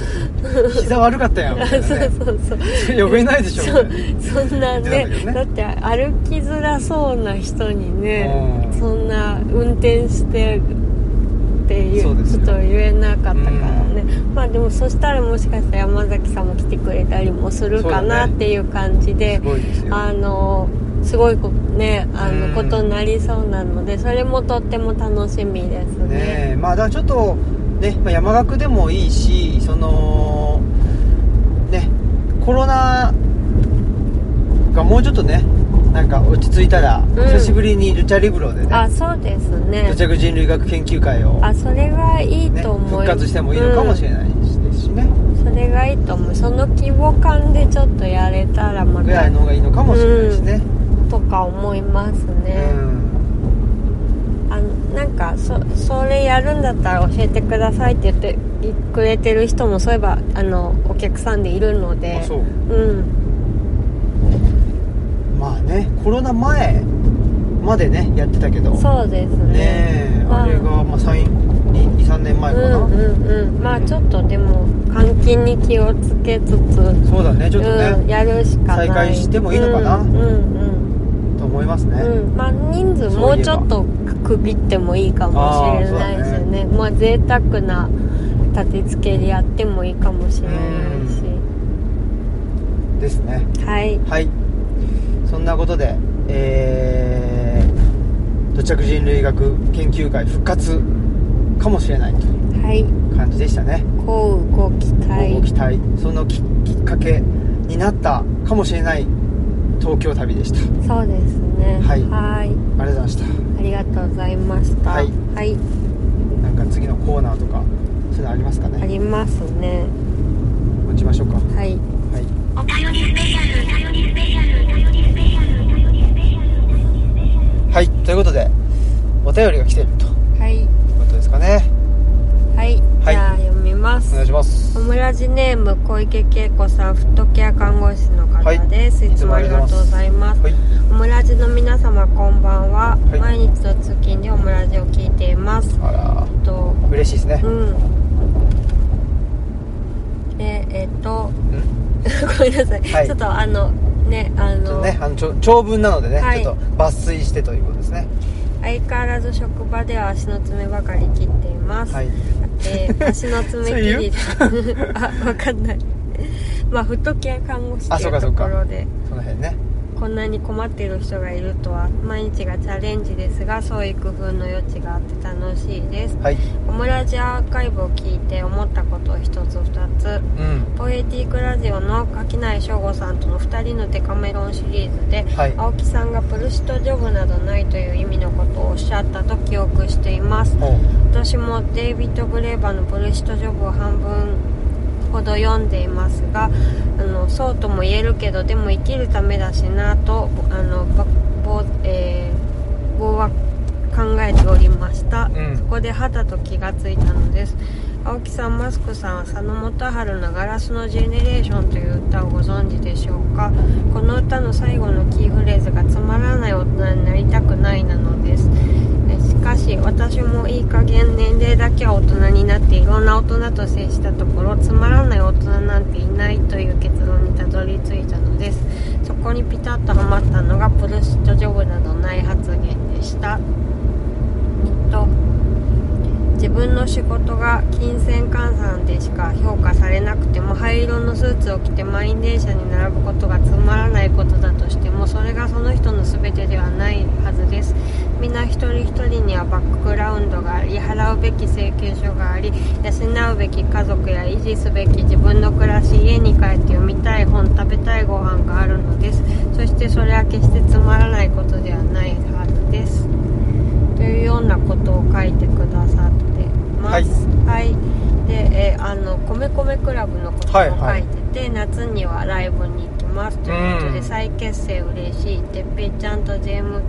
膝悪かったやんみたいなね そうそう呼べないでしょみたいなそんなね言ってたんだだって歩きづらそうな人にねうんそんな運転してっていそううですちょよっと言えなかったからねまあでもそしたらもしかしたら山崎さんも来てくれたりもするかそうだなっねていう感じですごいですよあのすごいこねあうんのことになりそうなのでそれもとっても楽しみですねねえまあだからちょっとね、まあ、山岳でもいいしそのねコロナがもうちょっとねなんか落ち着いたら、久しぶりにルチャリブロであねそうですね土着人類学研究会を、あそれがいいね、と思う、復活してもいいのかもしれないですしね、うんそれがいいと思うその規模感でちょっとやれたらまぐらたいの方がいいのかもしれないしね、とか思いますうね、んあのなんかそそれやるんだったら教えてくださいって言ってくれてる人もそういえばあのお客さんでいるのであそううんまあねコロナ前までねやってたけどそうですねねえまああれが、まあ、23年前かな、うんうんうんまあちょっとでも換気に気をつけつつそうだねちょっとね、うん、やるしかない再開してもいいのかなうんうんと思いますね、うん、うん、まあ人数もうちょっと区切ってもいいかもしれないあしーそうだねねまあ贅沢な立て付けでやってもいいかもしれないし、ですねはいはいそんなことでえー、土着人類学研究会復活かもしれないといはいう感じでしたね、こうご期待ご期待そのききっかけになったかもしれない東京旅でしたそうですねはいいありがとうございましたありがとうございましたはいはい、なんか次のコーナーとかそういうのありますかあねりますね持ちましょうかははいいお便りスペシャル、お便りスペシャル、お便りスペシャル、お便りスペシャル、お便りスペシャル。はいということでお便りが来てるといはい、うことですかねはいはいじゃあ読みますお願いしますオムラジネーム小池恵子さんフットケア看護師の方です、はいい、つもありがとうございますはいオムラジの皆様こんばんは、はい毎日の通勤でオムラジを聞いていますあらえっと嬉しいですねう、んでえっ とうんごめんなさい、はいちょっとあのねあちょっのとねあのちょ長文なのでね、はいちょっと抜粋してということですね相変わらず職場では足の爪ばかり切っています、はいえー足の爪切り あわかんないまあフットケア看護師あとそういかうそとうかころでその辺ねこんなに困っている人がいるとは毎日がチャレンジですがそういう工夫の余地があって楽しいですはいオムラジアーカイブを聞いて思ったことを1つ2つうんポエティックラジオの垣内翔吾さんとの2人のデカメロンシリーズで、はい青木さんがプルシトジョブなどないという意味のことをおっしゃったと記憶していますお私もデイビッド・グレーバーの「プルシト・ジョブ」を半分ほど読んでいますがあのそうとも言えるけどでも生きるためだしなとあのぼぼ、えーぼうは考えておりました、うんそこで肌と気がついたのです青木さんマスクさんは佐野元春の「ガラスのジェネレーション」という歌をご存知でしょうかこの歌の最後のキーフレーズが「つまらない大人になりたくない」なのですえしかし私もいい加減年齢だけは大人になっていろんな大人と接したところつまらない大人なんていないという結論にたどり着いたのですそこにピタッとはまったのがプルシットジョブなどない発言でしたえっと自分の仕事が金銭換算でしか評価されなくても灰色のスーツを着て満員電車に並ぶことがつまらないことだとしてもそれがその人の全てではないはずです皆一人一人にはバックグラウンドがあり払うべき請求書があり養うべき家族や維持すべき自分の暮らし家に帰って読みたい本食べたいご飯があるのですそしてそれは決してつまらないことではないはずですというようなことを書いてくださってます。はい。で、えーあの米米クラブのことも書はいいてて、はい夏にはライブに行きますということで、うん再結成嬉しい。てっぺいちゃんとジェーム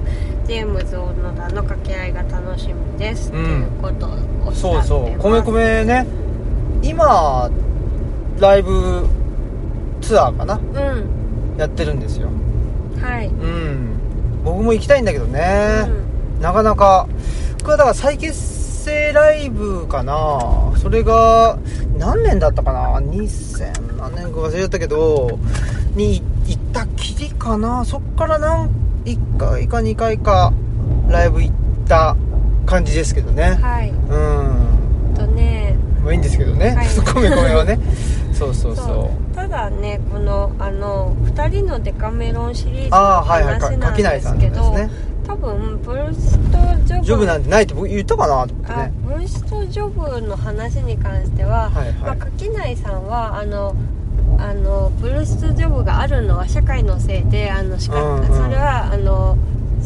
ジェームズ小野田の掛け合いが楽しみでうす、んということをおっしそうゃってます。そう米米ね今ライブツアーかなうん。やってるんですよはい。うん僕も行きたいんだけどね、うなかなか僕はだから再結成ライブかなそれが何年だったかな2000何年か忘れちゃったけどに行ったきりかなそっから何1回か2回かライブ行った感じですけどねん、はい。うんとね。まあいいんですけどね、はい ごめんごめんは ねそうそうそうただねこのあの2人のデカメロンシリーズのああはいはい話かなん垣内でさすんでけすど、ね多分ブルーストジョブジョブなんてないって僕言ったかなと思ってあねブルーストジョブの話に関してはは、いまはあ、い垣内さんはあのあのブルーストジョブがあるのは社会のせいであのしか、うんうんそれはあの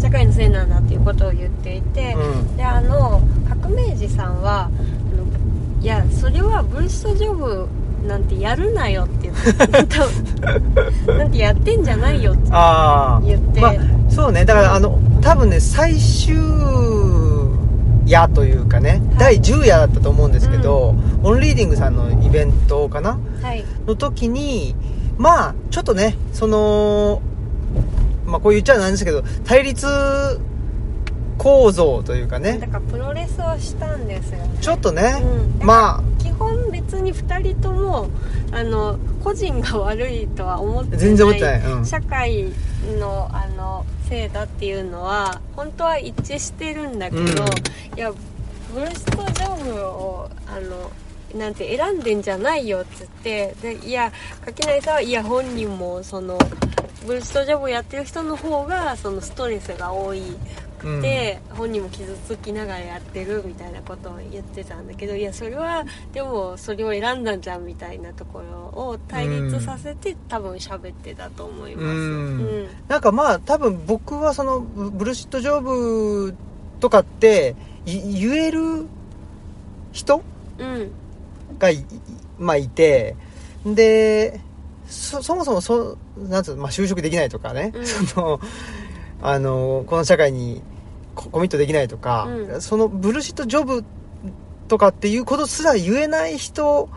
社会のせいなんだっていうことを言っていて、うんであの革命児さんはあのいやそれはブルーストジョブなんてやるな よって言ってなんてやってんじゃないよってああ言って、まあ、そうねだからあの多分ね最終夜というかね、はい第10夜だったと思うんですけど、オンリーディングさんのイベントかなはいの時にまあちょっとねそのまあこう言っちゃなんですけど対立構造というかだねからプロレスをしたんですよねちょっとね、うんまあ基本別に2人ともあの個人が悪いとは思ってない全然思ってないうん社会のあのせいだっていうのは本当は一致してるんだけど、うんいやブルーストジョブをあのなんて選んでんじゃないよっつってでいや垣内さんはいや本人もそのブルーストジョブをやってる人の方がそのストレスが多いうんで本人も傷つきながらやってるみたいなことを言ってたんだけどいやそれはでもそれを選んだんじゃんみたいなところを対立させて、多分喋ってたと思います。ううんんなんかまあ多分僕はそのブブルシットジョブとかってい言える人うんがい,、まあ、いてでそそもそもそなんつうの、まあ、就職できないとかね、うんそのあのこの社会にココミットできないとか、うんそのブルシットジョブとかっていうことすら言えない人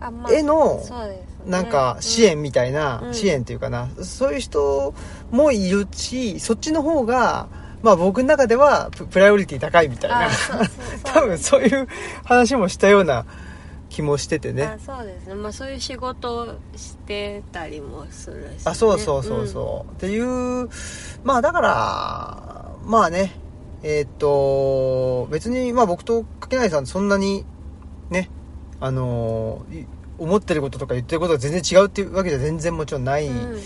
あまへの、そうですねなんか支援みたいな、うん支援っていうかなそういう人もいるしそっちの方が、まあ、僕の中ではププライオリティ高いみたいあなそうそうそ う多分そういう話もしたような気もしててねあそうですねまあそういう仕事をしてたりもするし、ね、あそうそうそうそう、っていうまあだからまあねえーっと別にまあ僕と掛内さんそんなにねあのい思ってることとか言ってることが全然違うっていうわけじゃ全然もちろんない、うん、う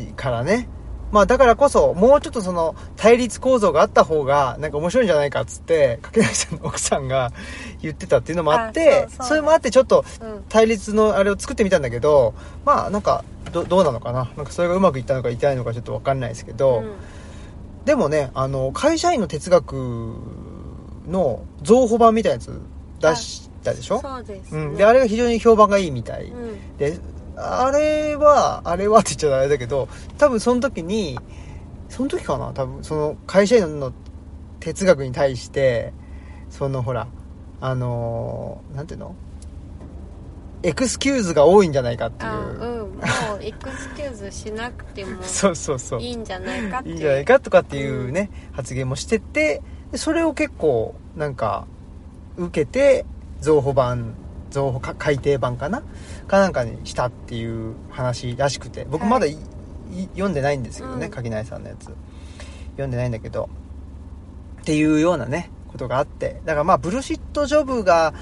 んからね。まあだからこそ、もうちょっとその対立構造があった方がなんか面白いんじゃないかっつって、掛内さんの奥さんが 言ってたっていうのもあってあ、そうそそうれもあってちょっとうん対立のあれを作ってみたんだけど、まあなんかどどうなのかな。なんかそれがうまくいったのかいってないのかちょっとわかんないですけど、でもね、あの、会社員の哲学の増補版みたいなやつ出したでしょそうですうね、ん。で、あれが非常に評判がいいみたい。うんであれはあれはって言っちゃあれだけど多分その時にその時かな多分その会社員の哲学に対してそのほらあのーなんていうのエクスキューズが多いんじゃないかっていあうう、んもうエクスキューズしなく てもそうそうそういいんじゃないかっていいいんうじゃないかとかっていうね、発言もしててでそれを結構なんか受けて増補版増補か改訂版かなかなんかにしたっていう話らしくて僕まだい、い読んでないんですけどね、うん垣内さんのやつ読んでないんだけどっていうようなねことがあってだからまあブルシットジョブが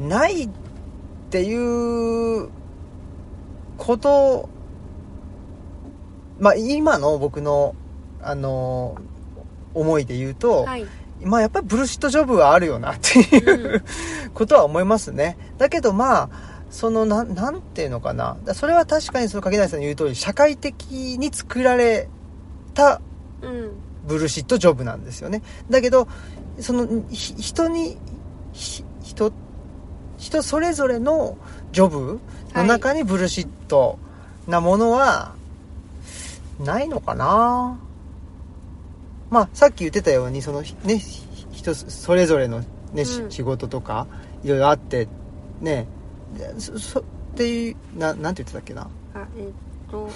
ないっていうことまあ今の僕のあの思いで言うと、はいまあやっぱりブルシットジョブはあるよなっていう、ことは思いますね。だけどまあ、そのなん、なんていうのかな。だそれは確かにその影内さんの言う通り、社会的に作られたうんブルシットジョブなんですよね。だけど、その、ひ人に、ひ人、人それぞれのジョブの中にブルシットなものはないのかな、まあ、さっき言ってたように、その、ね、ひ人それぞれの、ね、しうん仕事とか、いろいろあって、ね、でそ、そ、っていう、な、なんて言ってたっけなあえっと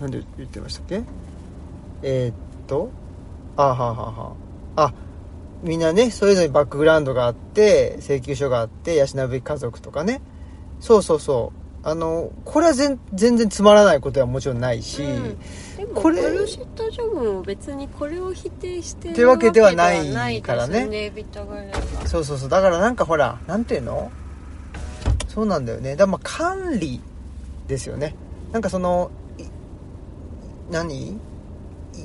なんで言ってましたっけえーっとあはははあみんなねそれぞれバックグラウンドがあって請求書があって養うべき家族とかねそうそうそうあのこれは全全然つまらないことはもちろんないし、うんでもこブれルシットジョブも別にこれを否定してってるわわけでけでははなないいからねですよビタガレはそうそうそうだからなんかほらなんていうのそうなんだよねだからまあ管理ですよねなんかそのい何い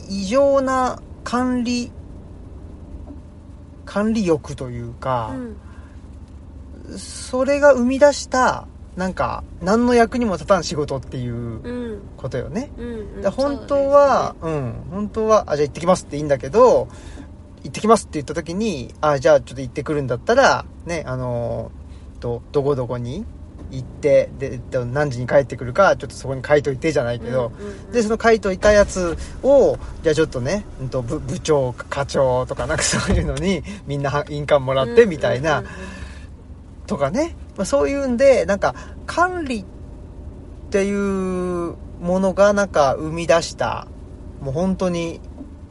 異常な管理管理欲というか、うんそれが生み出したなんか何の役にも立たん仕事っていううんことよね、うんうんだから本当はう,、ん本当はあじゃあ行ってきますっていいんだけど行ってきますって言った時にあじゃあちょっと行ってくるんだったらねあのーとどこどこに行ってでえっと何時に帰ってくるかちょっとそこに書いといてじゃないそうけですねど、うんうんうんでその書いといたやつをじゃあちょっとね、うん、と部部長課長とかなんかそういうのにみんなは印鑑もらってみたいな、うんうんうんとかね、まあ、そういうんでなんか管理っていうものがなんか生み出したもう本当に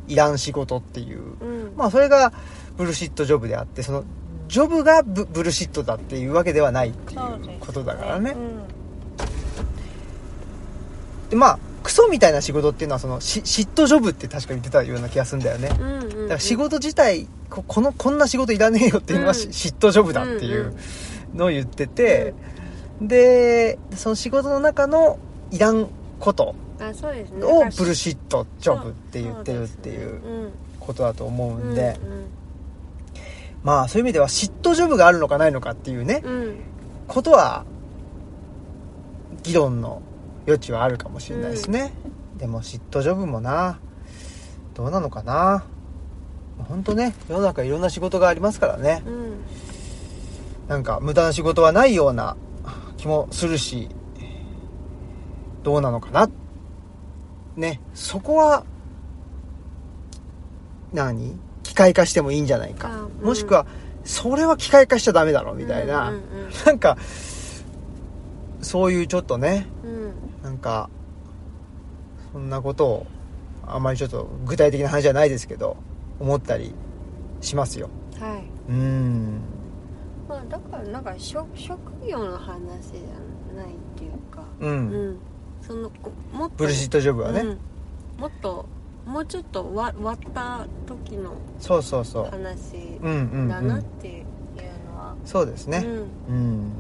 いらん仕事っていううんまあそれがブルシットジョブであってそのジョブがブブルシットだっていうわけではないっていそうですうことだからねう。んでまあクソみたいな仕事っていうのはそのし嫉妬ジョブって確か言ってたような気がするんだよね。うんうんうんだから仕事自体ここのこんな仕事いらねえよっていうのは、しうん嫉妬ジョブだっていうのを言ってて、でその仕事の中のいらんことあそうですねをだからブルシットジョブって言ってるっていそうですねうんことだと思うんで、うんまあそういう意味では嫉妬ジョブがあるのかないのかっていうね、うんうんことは議論の余地はあるかもしれないですね、でも嫉妬ジョブもなどうなのかな本当ね世の中いろんな仕事がありますからねうんなんか無駄な仕事はないような気もするしどうなのかなねそこは何機械化してもいいんじゃないあか、うんもしくはそれは機械化しちゃダメだろみたいな、うんうんなんかそういうちょっとねうんうんなんかそんなことをあまりちょっと具体的な話じゃないですけど思ったりしますよはいうーんまあだからなんか職職業の話じゃないっていうかう、うんんそのこもっとブルシットジョブはね、うん、もっともうちょっとわ割った時のそうそうそう話うんうん、だうなっん、ていうのは、そうですうんねうん、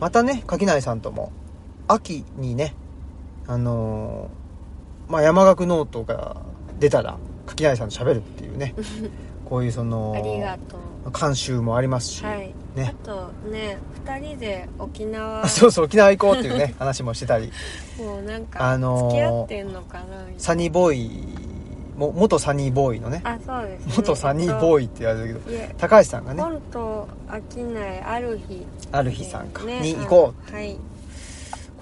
またね垣内さんとも秋にねあのーまあ山岳ノートが出たら垣内さんと喋るっていう ねこういうそのありがとう監修もありますし、はい、ねあとね2人で沖縄あそうそう沖縄行こうっていうね 話もしてたりもうなんかあのー付き合ってんのかなみたサいニーボーイも元サニーボーイのねなあそうです、ね、元サニーボーーイって言われてるけどイいえ高橋さんがね本と商いある日ある日さんかねに行こうはい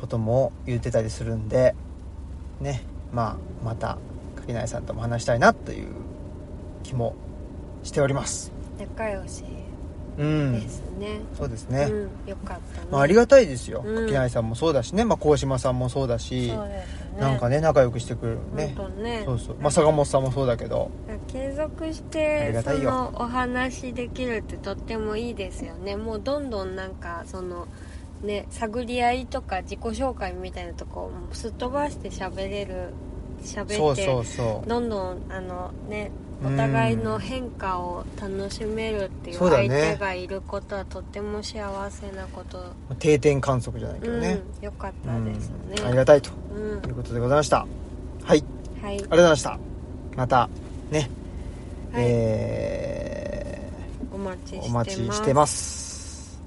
ことも言ってたりするんでねまあまた垣内さんとも話したいなという気もしております仲良しうでんすね、そうですうね、んよかったね、まあ、ありがたいですようん垣内さんもそうだしね、まあ、鴻島さんもそうだしそうですねなんかね仲良くしてくれるね本当ねそうそう、まあ、坂本さんもそうだけど継続しありてがそたいよのお話できるってとってもいいですよねもうどんどんなんかそのね探り合いとか自己紹介みたいなとこをもうすっ飛ばして喋れる喋ってそうそうそうどんどんあのねうおん互いの変化を楽しめるっていうそうだ相ね手がいることはとっても幸せなこと定点観測じゃないけどね、うん、よかったですね、うんありがたいとういんうことでございましたはいありがはい、とうございましたまたね、はいえお待ちしてーますお待ちしてます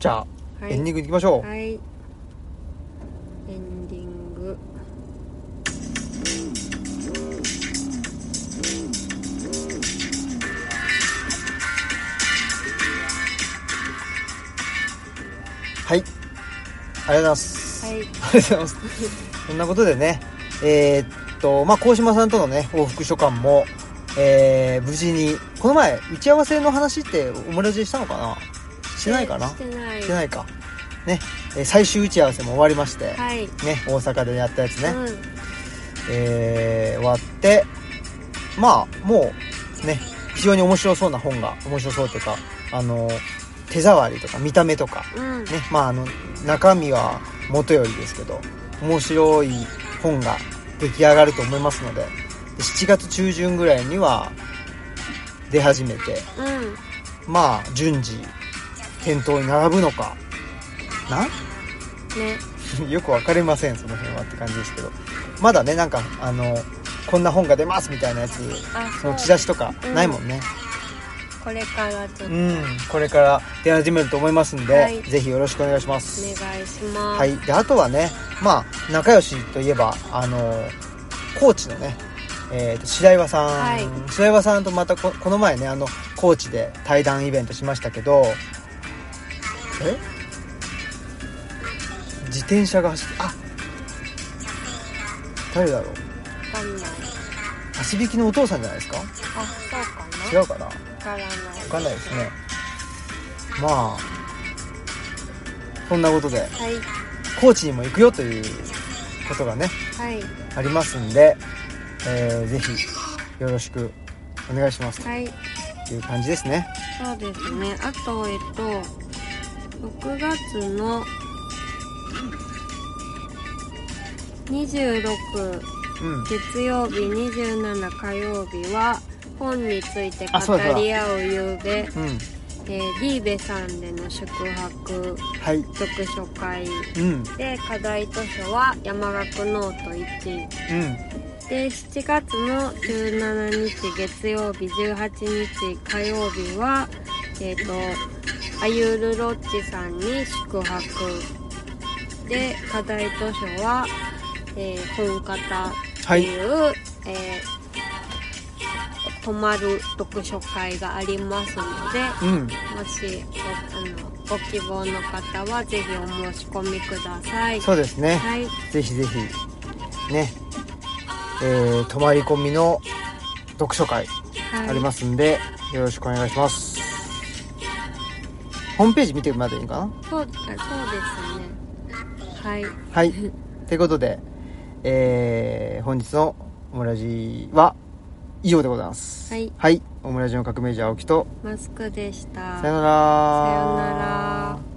じゃあ、はいエンディングいきましょう、はい。エンディング。はい。ありがとうございます。はいありがとうございます。そんなことでね、えーっと、まあ、鴻島さんとのね、往復書簡も、えー無事に、この前、打ち合わせの話ってオムラジでしたのかなしてないかなしてない。してないか。ね、えー最終打ち合わせも終わりまして、はい。ね、大阪でやったやつね、うん。えー終わって、まあ、もう、ね、非常に面白そうな本が、面白そうというか、あの、手触りとか見た目とか、うん。ね、まああの中身は元よりですけど面白い本が出来上がると思いますのでで7月中旬ぐらいには出始めてうん。まあ順次店頭に並ぶのかなね。 よく分かりませんその辺はって感じですけどまだねなんかあのこんな本が出ますみたいなやつあ、そのチそラう。シとかないもんねこれからちょっうとおん、これから出始めると思いますんで、はいぜひよろしくお願いします願いします。はい、であとはね、まあ、仲良しといえば、あの高知のね、えーと白岩さん、はい白岩さんとまたここの前ねあの高知で対談イベントしましたけどえ自転車が走ってあ誰だろうわかんない。足引きのお父さんじゃないですかあ、そうか違な。うかなわわからない。わかんないですねまあそんなことではい。高知にも行くよということがねはい。ありますんで、えーぜひよろしくお願いしますはい。という感じですねそうですね。あと、えっと、6月の26、うん月曜日27火曜日は本についてあそうだそう語だり合う夕べうんえーリーベさんでの宿泊はい読書会うんで課題図書は山岳ノート1で7月の17日月曜日18日火曜日はえっ、とアユールロッチさんに宿泊で課題図書は、えー本方っていう、えー泊まる読書会がありますのでうんうんもしごあのご希望の方はぜひお申し込みください。そうですね、はい、ぜひぜひねえー泊まり込みの読書会はい、ありますんで、よろしくお願いしますホームページ見てまでいいかなそうあそうですね。はい。はい。ということで、えー、本日のオムラジは以上でございます。はいはい。オムラジの革命児青木と、マスクでした。さよなら。さよなら。